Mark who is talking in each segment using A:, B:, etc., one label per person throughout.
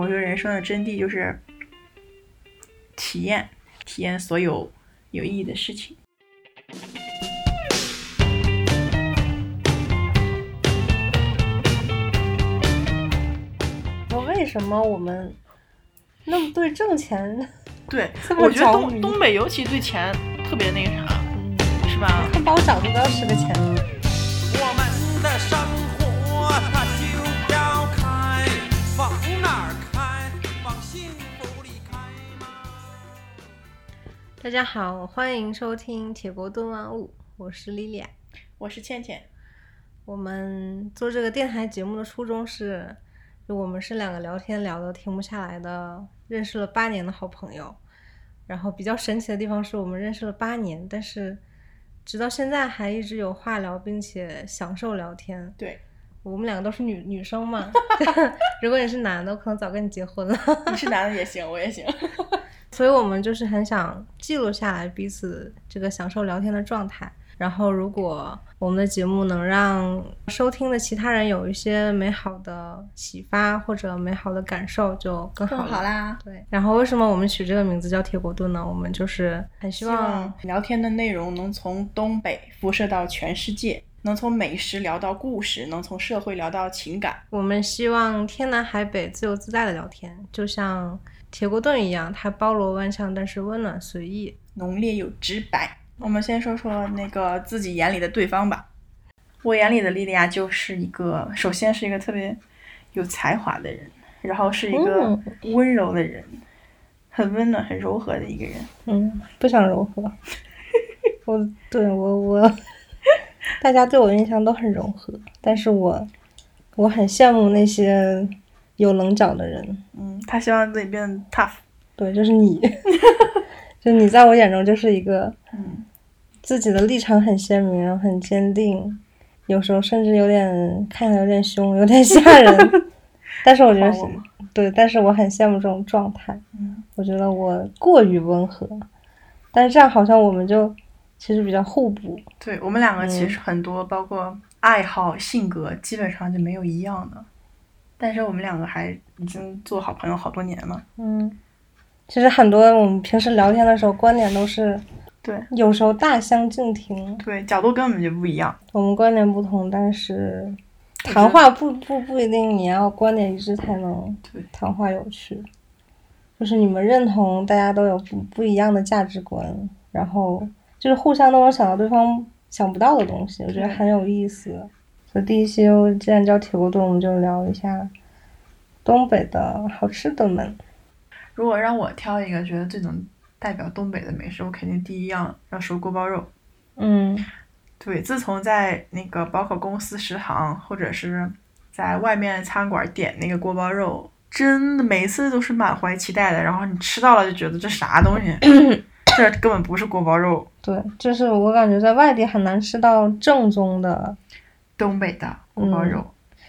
A: 我觉得人生的真谛就是体验，体验所有有意义的事情。
B: 为什么我们那么对挣钱？
A: 对，
B: 这么
A: 我觉得
B: 着
A: 东
B: 迷
A: 东北尤其对钱特别那个啥，
B: 嗯，
A: 是吧？
B: 汉堡饺子都要吃个钱。
C: 我们的生活它就要开，往哪儿开？往幸福里开吗？
B: 大家好，欢迎收听《铁锅炖万物》，我是莉莉娅。
A: 我是倩倩，
B: 我们做这个电台节目的初衷是，就我们是两个聊天聊得停不下来的，认识了八年的好朋友。然后比较神奇的地方是我们认识了八年，但是直到现在还一直有话聊，并且享受聊天。
A: 对，
B: 我们两个都是女女生嘛， 如果你是男的，我可能早跟你结婚了。
A: 你是男的也行，我也 行。
B: 所以我们就是很想记录下来彼此这个享受聊天的状态。然后，如果我们的节目能让收听的其他人有一些美好的启发或者美好的感受，就更好了。
A: 啦，
B: 对。然后，为什么我们取这个名字叫铁锅炖呢？我们就是很希
A: 希
B: 望，
A: 望聊天的内容能从东北辐射到全世界，能从美食聊到故事，能从社会聊到情感。
B: 我们希望天南海北自由自在的聊天，就像铁锅炖一样，它包罗万象，但是温暖随意。
A: 浓烈又直白。我们先说说那个自己眼里的对方吧。我眼里的莉莉亚就是一个，首先是一个特别有才华的人，然后是一个
B: 嗯
A: 温柔的人，很温暖、很柔和的一个人。
B: 嗯，不想柔和。 我对我我，大家对我印象都很柔和，但是我我很羡慕那些有棱角的人。
A: 嗯，他希望自己变得 tough。
B: 对，就 是你，就你在我眼中就是一个
A: 嗯，
B: 自己的立场很鲜明，然后很坚定，有时候甚至有点看着有点凶，有点吓 人。但是我觉得
A: 好我吗
B: 对，但是我很羡慕这种状态。
A: 嗯，
B: 我觉得我过于温和，但是这样好像我们就其实比较互补。
A: 对我们两个
B: 嗯
A: 其实很多，包括爱好、性格，基本上就没有一样的。但是我们两个还已经做好朋友好多年了。
B: 嗯，其实很多我们平时聊天的时候观点都是
A: 对
B: 有时候大相径庭，
A: 对，角度根本就不一样。
B: 我们观点不同，但是
A: 我觉得
B: 谈话不不不一定你要观点一致才能
A: 对
B: 谈话有趣，就是你们认同大家都有不不一样的价值观，然后就是互相都能想到对方想不到的东西，我觉得很有意思。所以第一期我既然叫铁锅炖，我们就聊一下东北的好吃的们。
A: 如果让我挑一个觉得最能代表东北的美食，我肯定第一样要说锅包肉。
B: 嗯
A: 对，自从在那个包括公司食堂或者是在外面餐馆点那个锅包肉，真的每次都是满怀期待的，然后你吃到了就觉得这啥东西，这根本不是锅包肉，
B: 对，就是我感觉在外地很难吃到正宗的
A: 东北的锅包肉。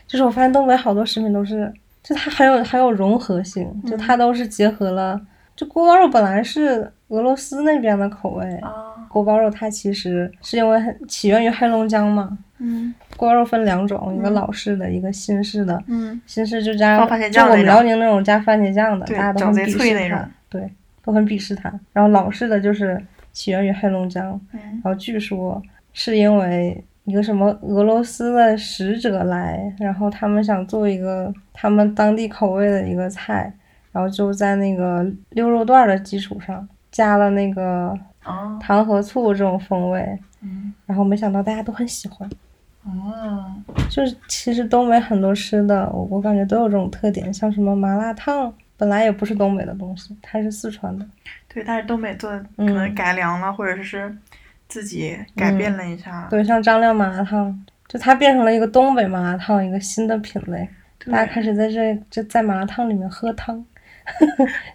B: 就是我发现东北好多食品都是，就它很有很有融合性，就它都是结合了，就锅包肉本来是俄罗斯那边的口味，
A: 啊，
B: 锅包肉它其实是因为很起源于黑龙江嘛，
A: 嗯
B: 锅包肉分两种，一个
A: 嗯
B: 老式的，一个新式的，
A: 嗯，
B: 新式就加
A: 放番茄
B: 就
A: 酱
B: 我们
A: 那种
B: 辽宁那种加番茄酱的，
A: 对
B: 大家都很
A: 整贼
B: 鄙
A: 脆
B: 视
A: 那
B: 它
A: 种，
B: 对，都很鄙视它。然后老式的就是起源于黑龙江，
A: 嗯
B: 然后据说是因为一个什么俄罗斯的使者来，然后他们想做一个他们当地口味的一个菜，然后就在那个溜肉段儿的基础上加了那个
A: 啊，
B: 糖和醋这种风味，
A: 嗯
B: 然后没想到大家都很喜欢。
A: 哦，
B: 就是其实东北很多吃的，我我感觉都有这种特点，像什么麻辣烫，本来也不是东北的东西，它是四川的。
A: 对，但是东北做的可
B: 嗯
A: 能改良了，或者是自己改变了一下。
B: 对，像张亮麻辣烫，就它变成了一个东北麻辣烫，一个新的品类。
A: 对
B: 大家开始在这这在麻辣烫里面喝汤，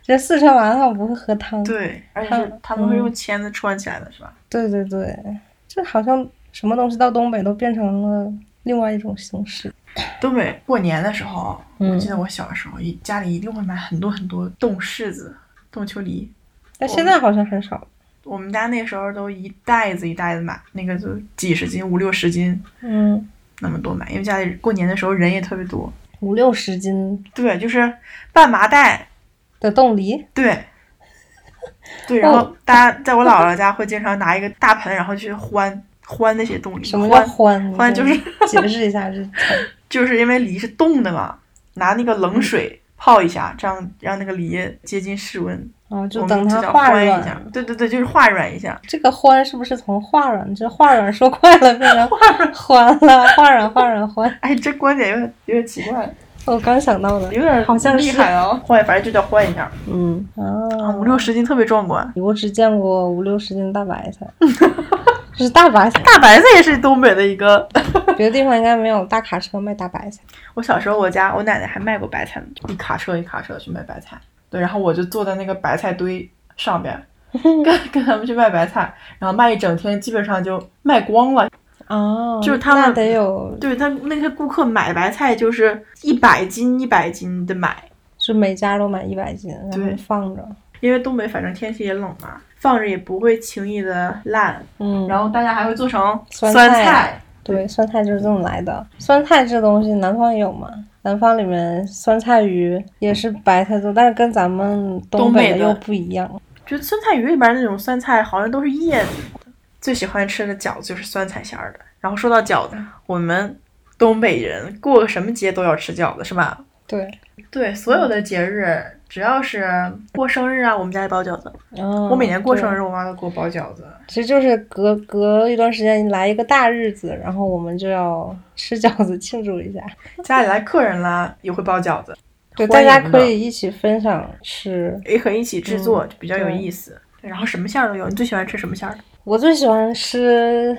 B: 这四川麻辣烫不会喝汤。
A: 对，而且
B: 他
A: 是他们会
B: 嗯
A: 用签子穿起来的，是吧？
B: 对对对，这好像什么东西到东北都变成了另外一种形式。
A: 东北过年的时候，我
B: 嗯
A: 记得我小时候一家里一定会买很多很多冻柿子、冻秋梨。
B: 但
A: 哦
B: 现在好像很少。
A: 我们家那时候都一袋子一袋子买，那个就几十斤、五六十斤
B: 嗯
A: 那么多买，因为家里过年的时候人也特别多。
B: 五六十斤
A: 对，就是拌麻袋，
B: 的冻梨，
A: 对，对，然
B: 哦
A: 后大家在我姥姥家会经常拿一个大盆，然后去欢欢那些冻梨，
B: 什么叫
A: 欢
B: 欢？
A: 欢
B: 你
A: 就是
B: 解释一下这词儿。
A: 就是因为梨是冻的嘛，拿那个冷
B: 嗯
A: 水泡一下，这样让那个梨接近室温，
B: 啊，就
A: 我们
B: 等
A: 就
B: 它
A: 叫
B: 化
A: 欢一下
B: 软。。
A: 对对对，就是化软一下。
B: 这个欢是不是从化软？这化软说快了变成欢了，化软化软欢。
A: 哎，这观点有点有点奇怪，
B: 我刚想到的，
A: 有点
B: 好像是
A: 厉害啊。 换，反正就叫换一下，
B: 嗯
A: 啊
B: 啊，
A: 五六十斤特别壮观。
B: 我只见过五六十斤的大白菜，这是大白菜，
A: 大白菜也是东北的一个。
B: 别的地方应该没有大卡车卖大白菜。
A: 我小时候我家我奶奶还卖过白菜呢，就一卡车一卡车去卖白菜。对，然后我就坐在那个白菜堆上 边，跟跟他们去卖白菜，然后卖一整天，基本上就卖光了。
B: 哦，
A: 就是他们
B: 那得有，
A: 对他那些顾客买白菜就是一百斤一百斤的买，
B: 是每家都买一百斤，然
A: 对
B: 后放着。
A: 因为东北反正天气也冷嘛，放着也不会轻易的烂。
B: 嗯，
A: 然后大家还会做成
B: 酸
A: 菜，
B: 菜对，酸菜就是这么来的。酸菜这东西南方也有嘛，南方里面酸菜鱼也是白菜做，但是跟咱们
A: 东
B: 东
A: 北
B: 北的
A: 的
B: 又不一样。
A: 觉得酸菜鱼里边那种酸菜好像都是叶子。最喜欢吃的饺子就是酸菜馅儿的。然后说到饺子，我们东北人过个什么节都要吃饺子，是吧？
B: 对，
A: 对，所有的节日，只要是过生日啊，我们家也包饺子。
B: 嗯，
A: 我每年过生
B: 对
A: 日，我妈都给我包饺子。
B: 其实就是隔隔一段时间来一个大日子，然后我们就要吃饺子庆祝一下。
A: 家里来客人啦，也会包饺子，
B: 对，大
A: 欢迎
B: 家可
A: 的
B: 以一起分享吃。
A: 也可以一起制作，
B: 嗯
A: 就比较有
B: 对
A: 意思。对然后什么馅儿都有，你最喜欢吃什么馅儿的？
B: 我最喜欢吃，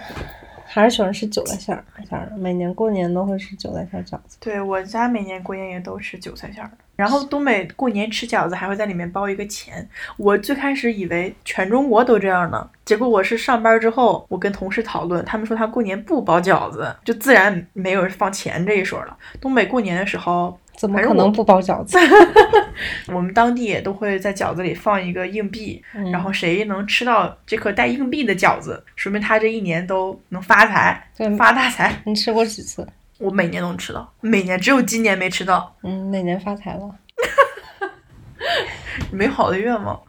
B: 还是喜欢吃韭菜馅儿馅儿的，每年过年都会吃韭菜馅儿饺子。
A: 对我家每年过年也都吃韭菜馅儿的，然后东北过年吃饺子还会在里面包一个钱。我最开始以为全中国都这样呢，结果我是上班之后，我跟同事讨论，他们说他过年不包饺子，就自然没有放钱这一说了。东北过年的时候，
B: 怎么
A: 反正
B: 可
A: 我
B: 能不包饺子？
A: 我们当地也都会在饺子里放一个硬币，
B: 嗯
A: 然后谁能吃到这颗带硬币的饺子，说明他这一年都能发财，
B: 对，
A: 发大财。
B: 你吃过几次？
A: 我每年都能吃到，每年只有今年没吃到，
B: 嗯，哪年发财了？
A: 美好的愿望。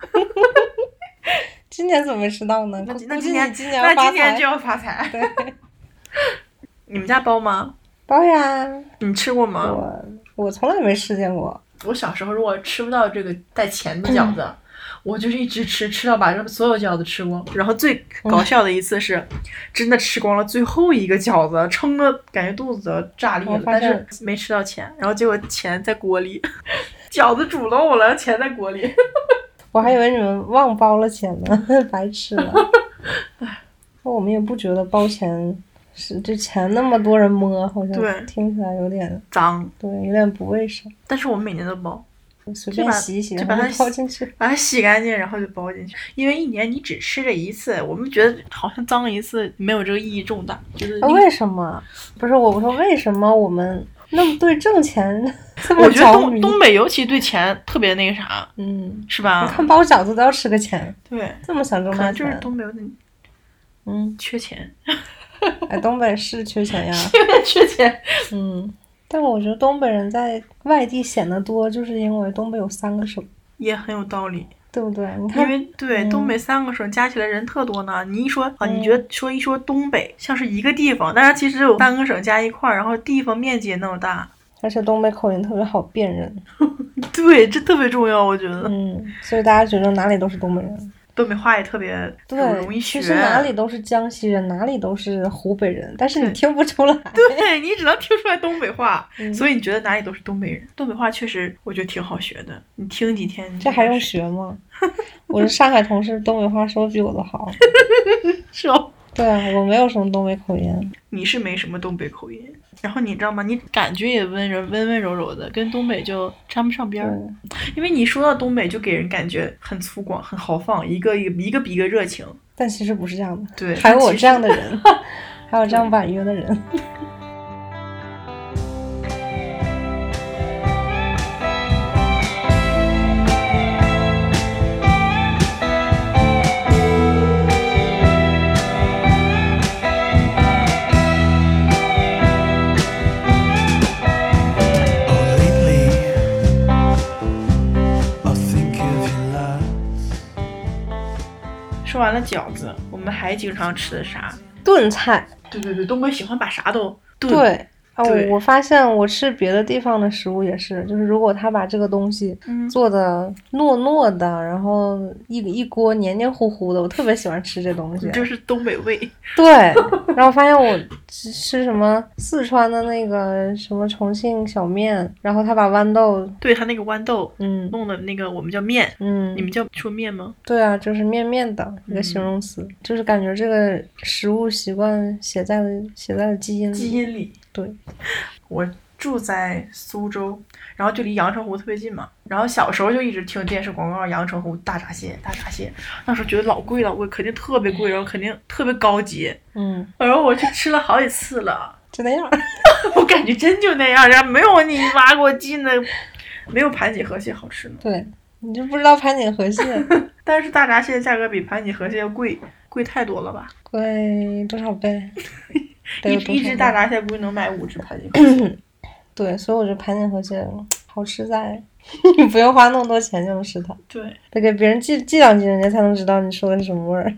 B: 今年怎么吃到呢？
A: 那
B: 估
A: 今那
B: 估计
A: 今年
B: 你今年要
A: 那
B: 发
A: 今年
B: 财
A: 就。要发财。
B: 对，
A: 你们家包吗？
B: 包呀，
A: 你吃过吗？
B: 我我从来没吃见过。
A: 我小时候如果吃不到这个带钱的饺子，我就是一直吃，吃到把这所有饺子吃光。嗯然后最搞笑的一次是，真的吃光了最后一个饺子，撑的感觉肚子都炸裂
B: 我
A: 了，
B: 发
A: 但是
B: 现
A: 没吃到钱。然后结果钱在锅里， 饺子煮漏了，钱在锅里。
B: 我还以为你们忘包了钱呢， 白 吃了。那我们也不觉得包钱是这钱那么多人摸，好
A: 对
B: 像听起来有点
A: 脏，
B: 对，有点不卫生。
A: 但是我们每年都包。
B: 随
A: 就
B: 便
A: 把
B: 洗一洗，
A: 就
B: 然
A: 把
B: 后
A: 它
B: 就包进去。
A: 把它洗干净，然后就包进去。因为一年你只吃这一次，我们觉得好像脏一次没有这个意义重大，就是
B: 啊，为什么？不是我，我说为什么我们那么对挣钱 这么
A: 我觉得
B: 着
A: 东
B: 迷？
A: 东北尤其对钱特别那个啥，
B: 嗯，
A: 是
B: 你
A: 吧？
B: 看包饺子都要吃个钱，
A: 对，
B: 这么想挣
A: 可
B: 大
A: 能就是
B: 钱？
A: 东北有点
B: 嗯，
A: 缺 钱，
B: 哎，东北是缺钱呀。
A: 有点缺钱。
B: 嗯，但我觉得东北人在外地显得多，就是因为东北有三个省，
A: 也很有道理，
B: 对不对？你
A: 因
B: 看，
A: 为对
B: 嗯
A: 东北三个省加起来人特多呢。你一说啊，
B: 嗯
A: 你觉得说一说东北像是一个地方，但是其实有三个省加一块儿，然后地方面积也那么大。
B: 而且东北口音特别好辨认，
A: 对，这特别重要，我觉得、
B: 嗯，所以大家觉得哪里都是东北人。
A: 东北话也特别容易
B: 对，
A: 学。
B: 其实哪里都是江西人，哪里都是湖北人，但是你
A: 对
B: 听不出 来。
A: 对你只能听出来东北话，
B: 嗯
A: 所以你觉得哪里都是东北人。东北话确实，我觉得挺好学的。你听几天，你
B: 这还
A: 就
B: 用
A: 是
B: 学吗？我的上海同事东北话说比我都好。
A: 是哦？
B: 对啊，我没有什么东北口音。
A: 你是没什么东北口音，然后你知道吗？你感觉也温柔温温柔柔的，跟东北就沾不上边
B: 对，
A: 儿。因为你说到东北，就给人感觉很粗犷、很豪放，一个一个一个比一个热情。
B: 但其实不是这样的。
A: 对
B: 还有
A: 但
B: 我
A: 其实
B: 这样的人， 还有这样婉约 的人。
C: All
A: 了饺子，我们还经常吃的啥？
B: 炖菜。
A: 对对对，东北喜欢把啥都炖。
B: 对啊，
A: 对
B: 我我发现我吃别的地方的食物也是，就是如果他把这个东西
A: 嗯，
B: 做的糯糯的，然后一一锅黏黏糊糊的，我特别喜欢吃这东西。
A: 就是东北味。
B: 对，然后发现我吃吃什么四川的那个什么重庆小面，然后他把豌豆，
A: 对他那个豌豆
B: 嗯
A: 弄的那个，我们叫面，
B: 嗯，
A: 你们叫说面吗？
B: 对啊，就是面面的一个
A: 嗯
B: 形容词，就是感觉这个食物习惯写在了写在了基因里。
A: 因里。
B: 嗯对，
A: 我住在苏州，然后就离阳澄湖特别近嘛。然后小时候就一直听电视广告，阳澄湖大闸蟹，大闸蟹。那时候觉得老贵老贵，肯定特别贵，然后肯定特别高级。
B: 嗯，
A: 然后我去吃了好几次了，
B: 就那样。
A: 我感觉真就那样，然后没有你挖给我进的，没有盘锦河蟹好吃呢。
B: 对，你就不知道盘锦河蟹
A: 但是大闸蟹的价格比盘锦河蟹要贵，贵太多了吧？
B: 贵多少 倍？得
A: 一
B: 有
A: 只
B: 多
A: 一
B: 少
A: 只
B: 倍
A: 大闸蟹估计能买五只盘锦河 蟹。
B: 对，所以我觉得盘锦河蟹好吃在， 你不用花那么多钱就能吃它，
A: 对，
B: 得给别人寄寄两斤，人家才能知道你说的是什么味儿。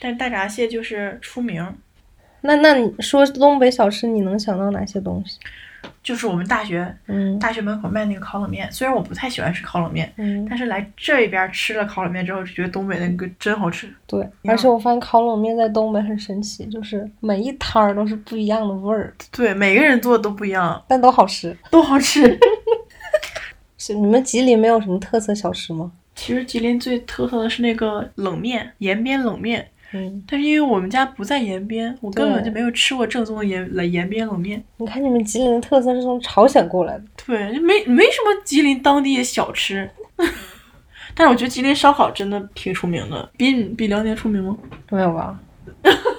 A: 但是大闸蟹就是出名，
B: 那那你说东北小吃，你能想到哪些东西？
A: 就是我们大学
B: 嗯
A: 大学门口卖那个烤冷面，虽然我不太喜欢吃烤冷面，
B: 嗯，
A: 但是来这边吃了烤冷面之后，就觉得东北那个真好吃。
B: 对，而且我发现烤冷面在东北很神奇，就是每一摊儿都是不一样的味儿，
A: 对，每个人做的都不一样，
B: 但都好吃。
A: 都好吃。
B: 是你们吉林没有什么特色小吃吗？
A: 其实吉林最特色的是那个冷面，延边冷面。
B: 嗯，
A: 但是因为我们家不在延边，我根本
B: 对
A: 就没有吃过正宗的延来延边冷面。
B: 你看你们吉林的特色是从朝鲜过来的，
A: 对，就没没什么吉林当地的小吃。 但是我觉得吉林烧烤真的挺出名的，比比辽宁出名吗？
B: 没有吧？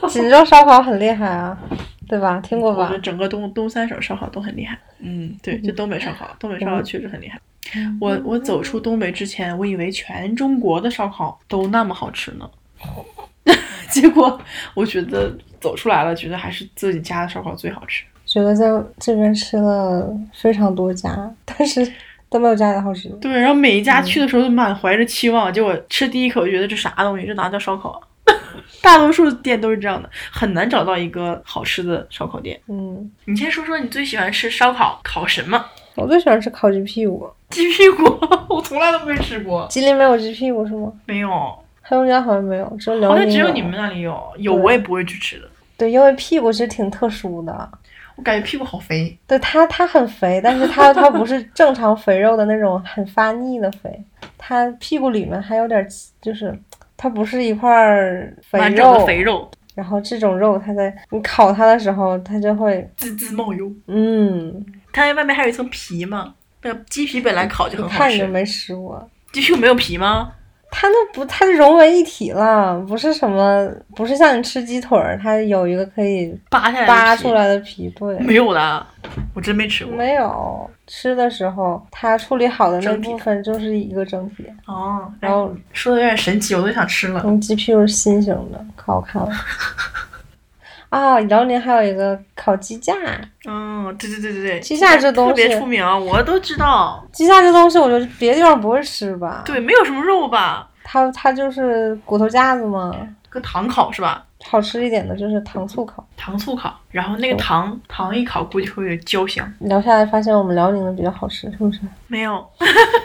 B: 锦州烧烤很厉害啊， 对吧？听过
A: 我
B: 吧
A: 觉得？整个东东三省烧烤都很厉害。嗯，对，就东北烧烤，东北烧烤确实很厉害。我我走出东北之前，我以为全中国的烧烤都那么好吃 呢，结果我觉得走出来了，觉得还是自己家的烧烤最好吃。
B: 觉得在这边吃了非常多家， 但是都没有家里好吃。
A: 对，然后每一家去的时候都满怀着期望，结果吃第一口觉得这啥东西，这哪叫烧烤啊？ 大多数店都是这样的，很难找到一个好吃的烧烤店。
B: 嗯，
A: 你先说说你最喜欢吃烧烤，烤什么？
B: 我最喜欢吃烤鸡屁股，
A: 鸡屁股， 我从来都没吃过。
B: 吉林没有鸡屁股是吗？
A: 没有，好
B: 黑龙江好像没有，只有辽宁
A: 像只有你们那里有，有
B: 对
A: 我也不会去吃的。
B: 对，因为屁股其实挺特殊的，
A: 我感觉屁股好肥，
B: 对它它 很肥，但是它它不是正常肥肉的那种很发腻的肥，它屁股里面还有点就是它不是一块儿肥
A: 完整
B: 肉
A: 的，肥肉，
B: 然后这种肉它在你烤它的时候，它就会
A: 滋滋冒油。
B: 嗯，
A: 它外面还有一层皮嘛，那鸡皮本来烤就
B: 一
A: 嗯很好
B: 看你就
A: 吃。
B: 没吃过。
A: 鸡屁股没有皮吗？
B: 它那不，它融为一体了，不是什么，不是像你吃鸡腿儿，它有一个可以
A: 扒下来的
B: 扒
A: 皮
B: 出来的皮，对，
A: 没有的，我真没吃过。
B: 没有吃的时候，它处理好的那
A: 整体的
B: 部分就是一个整体。
A: 哦，
B: 然后
A: 哎说的有点神奇，我都想吃了。
B: 嗯，鸡屁股是心形的，可 好看了。啊，辽宁还有一个烤鸡架，
A: 嗯，对对对对对，
B: 鸡架这东西
A: 特别出名，啊我都知道。
B: 鸡架这东西我觉得别的地方不会吃吧？，
A: 对，没有什么肉吧？
B: 它它就是骨头架子嘛，
A: 跟糖烤是吧？
B: 好吃一点的就是糖醋烤。
A: 糖醋烤，然后那个
B: 哦
A: 糖糖一烤，估计会有焦香。
B: 聊下来发现我们辽宁的比较好吃，是不是？
A: 没有，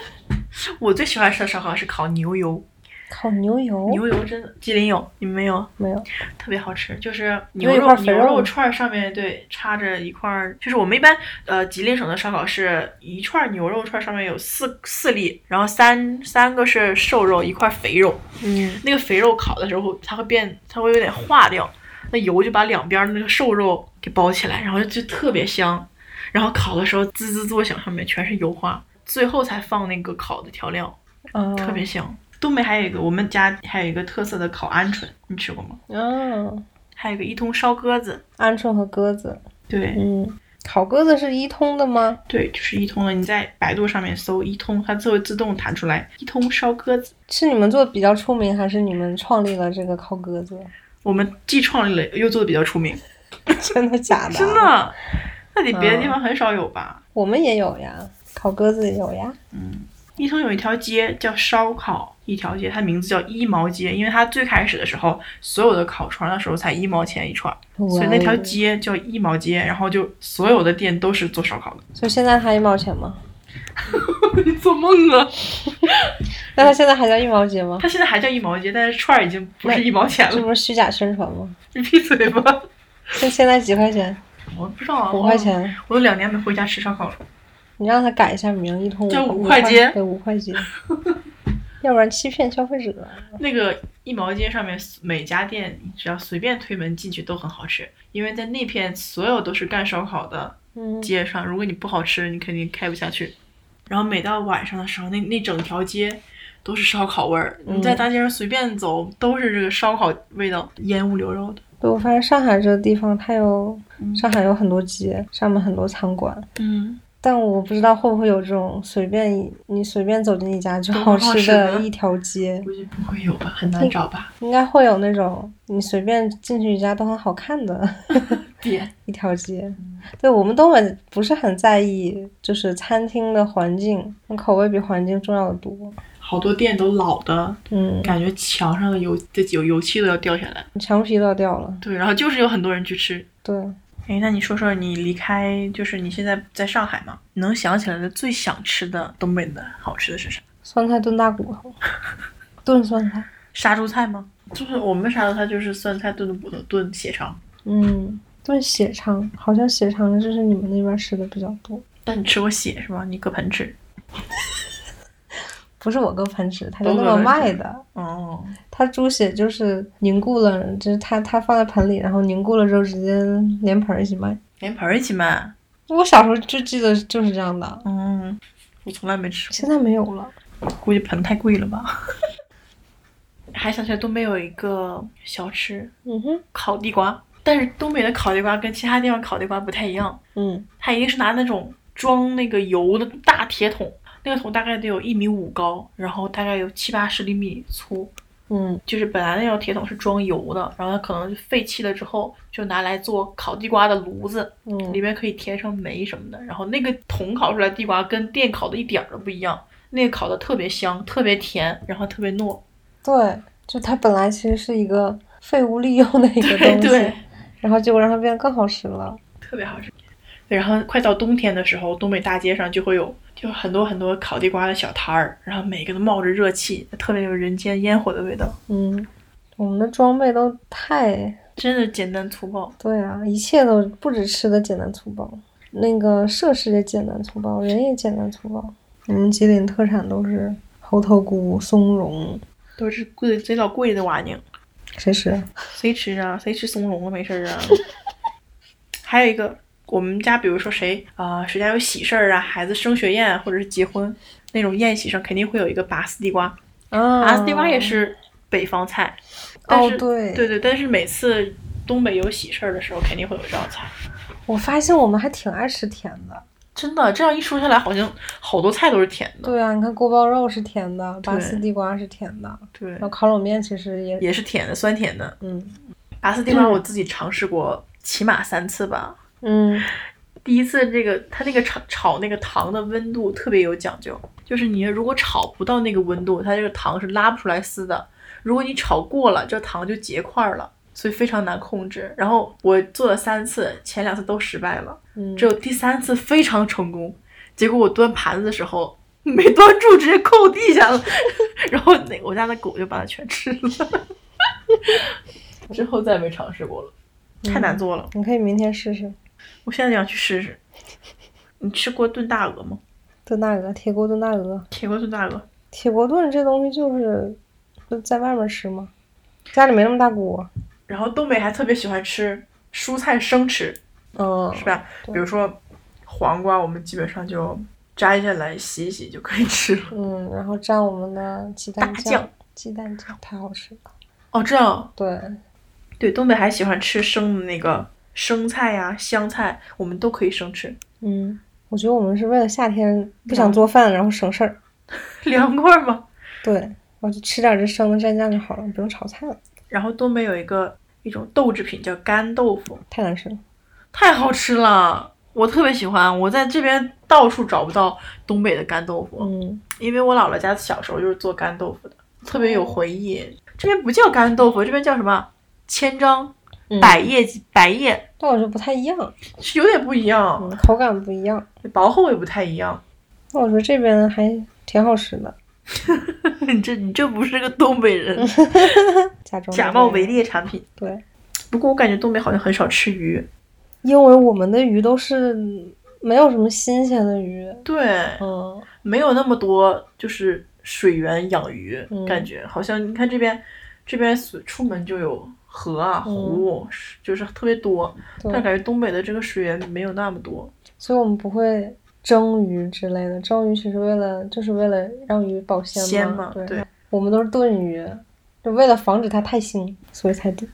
A: 我最喜欢吃的烧烤是烤牛油，
B: 烤牛油
A: 牛油真的吉林有，你们没有？
B: 没有？
A: 特别好吃，就是
B: 有
A: 牛
B: 一
A: 肉
B: 块肥
A: 牛
B: 肉
A: 肉
B: 吗
A: 串儿上面对插着一块儿，就是我们一般呃吉林省的烧烤是一串儿牛肉串儿上面有四四粒，然后三三个是瘦肉，一块儿肥肉，
B: 嗯。
A: 那个肥肉烤的时候它会变，它会有点化掉，那油就把两边儿那个瘦肉给包起来，然后就特别香，然后烤的时候滋滋作响，上面全是油花，最后才放那个烤的调料。
B: 啊，
A: 特别香。东北还有一个，我们家还有一个特色的烤鹌鹑，你吃过吗？
B: 嗯，
A: 还有一个一通烧鸽子，
B: 鹌鹑和鸽子，
A: 对
B: 嗯，烤鸽子是一通的吗？
A: 对，就是一通的。你在百度上面搜一通，它就会自动弹出来一通烧鸽子。
B: 是你们做的比较出名，还是你们创立了这个烤鸽子？
A: 我们既创立了，又做的比较出名，
B: 真的假的？啊
A: 真，的，嗯那得别的地方很少有吧？
B: 我们也有呀，烤鸽子也有呀。
A: 一通有一条街叫烧烤一条街，它名字叫一毛街，因为它最开始的时候，所有的烤串儿那时候才一毛钱一串儿，所以那条
B: 哇哦
A: 街叫一毛街，然后就所有的店都是做烧烤的。
B: 所以现在还一毛钱吗？
A: 你做梦啊！
B: 那它现在还叫一毛 钱吗？
A: 它现在还叫一毛街，但是串儿已经不是一毛钱
B: 这
A: 了。
B: 不是虚假宣传吗？
A: 你闭嘴吧！
B: 现现在几块钱，
A: 我不知道啊，
B: 五块，钱，
A: 我都两年没回家吃烧烤了。
B: 你让他改一下名，一通
A: 叫五
B: 五
A: 块街
B: 对，五块街，要不然欺骗消费者。
A: 那个一毛街上面每家店，你只要随便推门进去都很好吃，因为在那片所有都是干烧烤的
B: 嗯，
A: 街上，如果你不好吃，你肯定开不下去。然后每到晚上的时候，那那整条街都是烧烤味儿，
B: 嗯
A: 你在大街上随便走都是这个烧烤味道，烟雾缭绕的。
B: 对，我发现上海这个地方，它有
A: 嗯
B: 上海有很多街，上面很多餐馆，
A: 嗯，
B: 但我不知道会不会有这种随便你随便走进一家就好
A: 都好
B: 吃
A: 吃
B: 的
A: 的
B: 一条街，
A: 估计不会有吧，很难找吧。
B: 应该会有那种你随便进去一家都很好看的
A: 点
B: 一条街。对我们东北不是很在意，就是餐厅的环境，口味比环境重要的多。
A: 好多店都老的，
B: 嗯，
A: 感觉墙上的油这油油漆都要掉下来。
B: 墙皮都要掉了。
A: 对，然后就是有很多人去吃。
B: 对，
A: 哎，那你说说你离开，就是你现在在上海嘛，你能想起来的最想吃的东北的好吃的是啥？
B: 酸菜炖大骨 头，炖酸菜。
A: 杀猪菜吗？就是我们杀猪菜就是酸菜炖的骨头炖血肠。
B: 嗯，炖血肠，好像血肠就是你们那边吃的比较多。
A: 但你吃过血是吧？你搁盆吃。
B: 不是我哥喷吃，他就
A: 都
B: 那
A: 是
B: 么
A: 我哥
B: 卖
A: 吃
B: 的。
A: 哦，
B: 他猪血就是凝固了，就是他他放在盆里，然后凝固了之后直接连盆儿一起卖。
A: 连盆儿一起卖。
B: 我小时候就记得就是这样的，
A: 嗯，我从来没吃
B: 现在没有了。
A: 过，估计盆太贵了吧。 还想起来东北有一个小吃
B: 嗯哼，
A: 烤地瓜，但是东北的烤地瓜跟其他地方烤地瓜不太一样。
B: 嗯，
A: 他一定是拿那种装那个油的大铁桶，那个桶大概得有一米五高，然后大概有七八十厘米粗。
B: 嗯，
A: 就是本来那种铁桶是装油的，然后它可能就废弃了之后，就拿来做烤地瓜的炉子，里
B: 嗯，
A: 面可以填上煤什么的。然后那个桶烤出来地瓜跟店烤的一点儿都不一样，那个烤的特别香，特别甜，然后特别糯。
B: 对，就它本来其实是一个废物利用的一个
A: 对
B: 东 西，
A: 对，
B: 然后结果让它变得更好吃了。
A: 特别好吃。对，然后快到冬天的时候，东北大街上就会有，就很多很多烤地瓜的小摊儿，然后每个都冒着热气，特别有人间烟火的味道，
B: 嗯，我们的装备都太
A: 真的简单粗暴。
B: 对啊，一切都不止吃的简单粗暴，那个设施也简单粗暴，人也简单粗暴。我们吉林特产都是猴头菇、松茸，
A: 都是贵贼老贵的玩意儿，
B: 谁吃啊？
A: 谁吃啊？谁吃松茸了没事儿啊？ 还有一个，我们家比如说谁啊、谁家有喜事儿啊，孩子升学宴或者是结婚那种宴席上，肯定会有一个拔丝地瓜，拔
B: 啊
A: 丝地瓜也是北方菜，但
B: 哦
A: 是、，
B: 对，
A: 对对，但是每次东北有喜事儿的时候，肯定会有这道菜。
B: 我发现我们还挺爱吃甜的。
A: 真的，这样一说下来，好像好多菜都是甜的。
B: 对啊，你看锅包肉是甜的，拔丝
A: 对
B: 地瓜是甜的，
A: 对
B: 然后烤冷面其实也，
A: 也是甜的，酸甜的。
B: 嗯
A: 拔丝地瓜我自己尝试过起码三次吧。
B: 嗯，
A: 第一次这个它那个炒炒那个糖的温度特别有讲究，就是你如果炒不到那个温度，它这个糖是拉不出来丝的。如果你炒过了，这糖就结块儿了，所以非常难控制。然后我做了三次，前两次都失败了。
B: 嗯
A: 只有第三次非常成功，结果我端盘子的时候没端住，直接扣地下了， 然后那我家的狗就把它全吃了， 之后再也没尝试过了，太难做了，
B: 你可以明天试试
A: 我现在就想去试试。你吃过炖大鹅吗？
B: 炖大鹅，铁锅炖大鹅，
A: 铁锅炖大鹅，
B: 铁锅炖这东西就是就在外面吃嘛，家里没那么大锅，
A: 然后东北还特别喜欢吃蔬菜生吃，
B: 嗯，
A: 是吧？比
B: 对
A: 如说黄瓜，我们基本上就摘下来洗一洗就可以吃了。
B: 嗯，然后蘸我们的鸡蛋
A: 大
B: 酱
A: 酱，
B: 鸡蛋酱太好吃了。
A: 哦，这样
B: 对，
A: 对，东北还喜欢吃生的那个生菜呀、香菜，我们都可以生吃，
B: 嗯，我觉得我们是为了夏天不想做饭，然后省事儿。
A: 凉快嘛。
B: 对，我就吃点这生的蘸酱就好了，不用炒菜了，
A: 然后东北有一个一种豆制品叫干豆腐，
B: 太难吃了。
A: 太好吃了，我特别喜欢。我在这边到处找不到东北的干豆腐，
B: 嗯，
A: 因为我姥姥家小时候就是做干豆腐的。特别有回忆。这边不叫干豆腐，这边叫什么？千张
B: 嗯
A: 百叶鸡百叶
B: 但我觉得不太一样，
A: 是有点不一样，
B: 嗯口感不一样。
A: 薄厚也不太一样。
B: 那我觉得这边还挺好吃的，
A: 你这你这不是个东北人，
B: 假装
A: 假冒伪。劣产品。
B: 对，
A: 不过我感觉东北好像很少吃鱼。
B: 因为我们的鱼都是没有什么新鲜的鱼，
A: 对，
B: 嗯，
A: 没有那么多就是水源养鱼，
B: 嗯
A: 感觉好像你看这边，这边随出门就有河啊
B: 嗯
A: 湖，是就是特别多，但
B: 对，
A: 感觉东北的这个水源没有那么多。
B: 所以我们不会蒸鱼之类的。蒸鱼其实为了就是为了让鱼保鲜嘛，
A: 鲜嘛
B: 对，
A: 对
B: 我们都是炖鱼，就为了防止它太腥，所以才炖。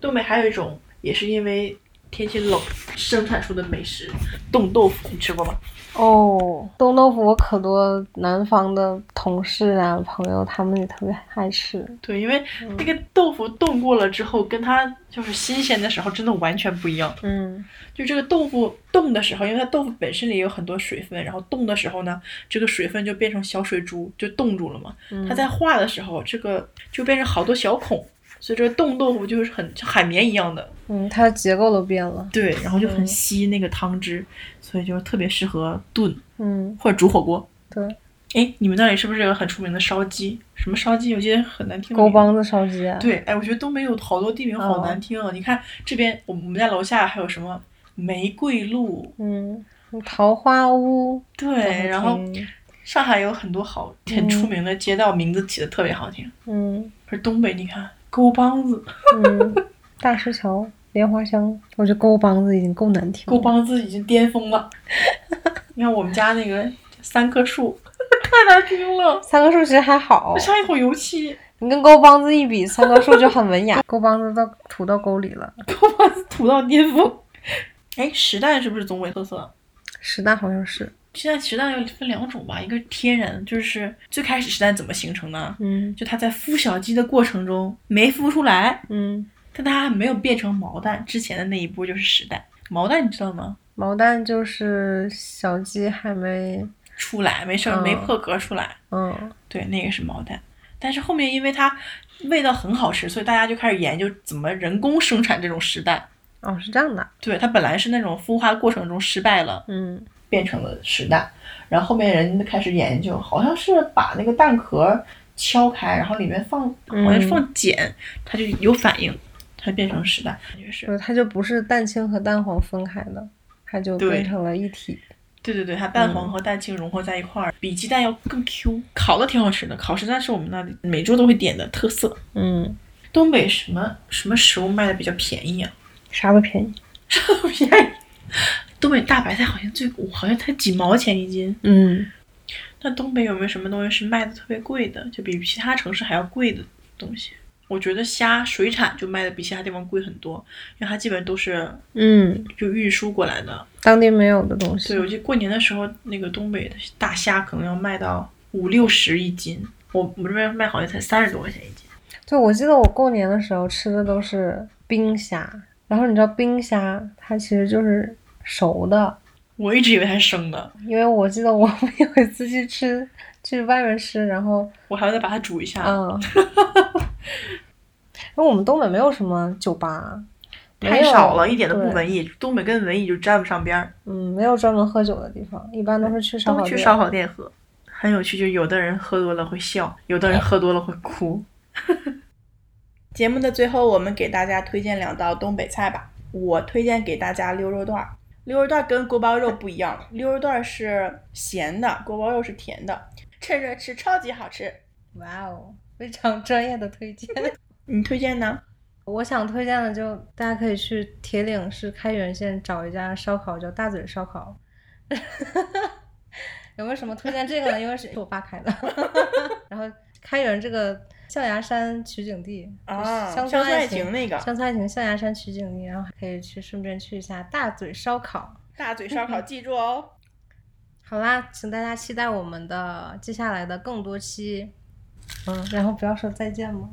A: 东北还有一种也是因为天气冷生产出的美食，冻豆腐，你吃过吗？
B: 哦，冻豆腐我可多南方的同事啊朋友他们也特别爱吃，
A: 对，因为那个豆腐冻过了之后，跟它就是新鲜的时候真的完全不一样。
B: 嗯，
A: 就这个豆腐冻的时候，因为它豆腐本身里有很多水分，然后冻的时候呢，这个水分就变成小水珠，就冻住了嘛。
B: 嗯
A: 它在化的时候，这个就变成好多小孔，所以这个冻豆腐就是很像海绵一样的，
B: 嗯，它的结构都变了，
A: 对，然后就很
B: 嗯
A: 吸那个汤汁，所以就是特别适合炖
B: 嗯，
A: 或者煮火锅。
B: 对，
A: 哎，你们那里是不是有很出名的烧鸡？什么烧鸡？我记得很难听的
B: 狗
A: 名字。
B: 帮子烧鸡，啊
A: 对，哎，我觉得东北有好多地名好
B: 哦
A: 难听啊！你看这边，我们家楼下还有什么玫瑰露，
B: 嗯，桃花屋，
A: 对，然后
B: 挺
A: 上海有很多好很出名的街道，名字起的特别好听。
B: 嗯
A: 而东北，你看沟帮子，
B: 嗯，大石桥、莲花香，我觉得狗帮子已经够难听了，
A: 沟帮子已经巅峰了。你看我们家那个三棵树， 太难听了，
B: 三棵树其实还好
A: 就，像一坨油漆，
B: 你跟狗帮子一比，三棵树就很文雅，狗帮子都吐到沟里了。
A: 沟帮子土到巅峰。哎，实蛋是不是东北特色？
B: 石蛋好像是，
A: 现在实蛋又分两种吧，一个是天然，就是最开始实蛋怎么形成呢？
B: 嗯
A: 就它在孵小鸡的过程中没孵出来，
B: 嗯，
A: 但它还没有变成毛蛋之前的那一步就是实蛋。毛蛋你知道吗？
B: 毛蛋就是小鸡还没，
A: 出来没事儿，
B: 嗯
A: 没破壳出来，
B: 嗯
A: 对，那个是毛蛋。但是后面因为它味道很好吃，所以大家就开始研究怎么人工生产这种实蛋。
B: 哦是这样的，
A: 对，它本来是那种孵化过程中失败了，
B: 嗯
A: 变成了实蛋。然后后面人开始研究，好像是把那个蛋壳敲开，然后里面放好像是放碱，它就有反应，它变成实蛋。感觉是，
B: 就它就不是蛋清和蛋黄分开的，它就
A: 对
B: 变成了一体。
A: 对对对，它蛋黄和蛋清融合在一块儿，比鸡蛋要更 Q。烤的挺好吃的，烤实蛋是我们那里每周都会点的特色。
B: 嗯，
A: 东北什么什么食物卖的比较便宜啊？
B: 啥都便宜。
A: 便宜。东北大白菜好像最，好像才几毛钱一斤。
B: 嗯，
A: 那东北有没有什么东西是卖的特别贵的，就比其他城市还要贵的东西？我觉得虾水产就卖的比其他地方贵很多，因为它基本都是
B: 嗯，
A: 就运输过来的。
B: 当地没有的东西
A: 对，。我记得过年的时候，那个东北的大虾可能要卖到五六十一斤，我我们这边卖好像才三十多块钱一斤。
B: 对，我记得我过年的时候吃的都是冰虾，然后你知道冰虾它其实就是熟的，
A: 我一直以为它是生的，
B: 因为我记得我 们有一次去吃去外面吃，然后
A: 我还要再把它煮一下。
B: 嗯，因为我们东北没有什么酒吧，
A: 太
B: 没有
A: 少了，一点都不
B: 对
A: 文艺。东北跟文艺就沾不上边儿，
B: 嗯，没有专门喝酒的地方，一般都是去烧
A: 都
B: 烤
A: 去
B: 店。
A: 烧烤店喝。很有趣，就有的人喝多了会笑，有的人喝多了会哭。哎 节目的最后，我们给大家推荐两道东北菜吧。我推荐给大家溜肉段儿。溜肉段儿跟锅包肉不一样，溜肉段儿是咸的，锅包肉是甜的，趁热吃超级好吃。
B: 哇哦，非常专业的推荐。
A: 你推荐呢？
B: 我想推荐的就大家可以去铁岭市开原县找一家烧烤，叫大嘴烧烤。 有没有什么推荐这个呢？因为是我爸开的。 然后开原这个象牙山取景地
A: 啊，
B: 乡
A: 村
B: 爱
A: 爱情那个
B: 乡村爱情象牙山取景地，然后可以去顺便去一下大嘴烧烤。
A: 大嘴烧烤，记住哦。
B: 好啦，请大家期待我们的接下来的更多期。嗯，然后不要说再见吗？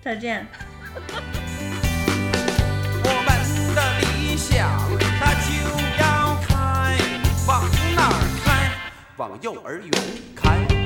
A: 再见。
C: 我们的理想，它就要开，往哪儿开？往幼儿园开。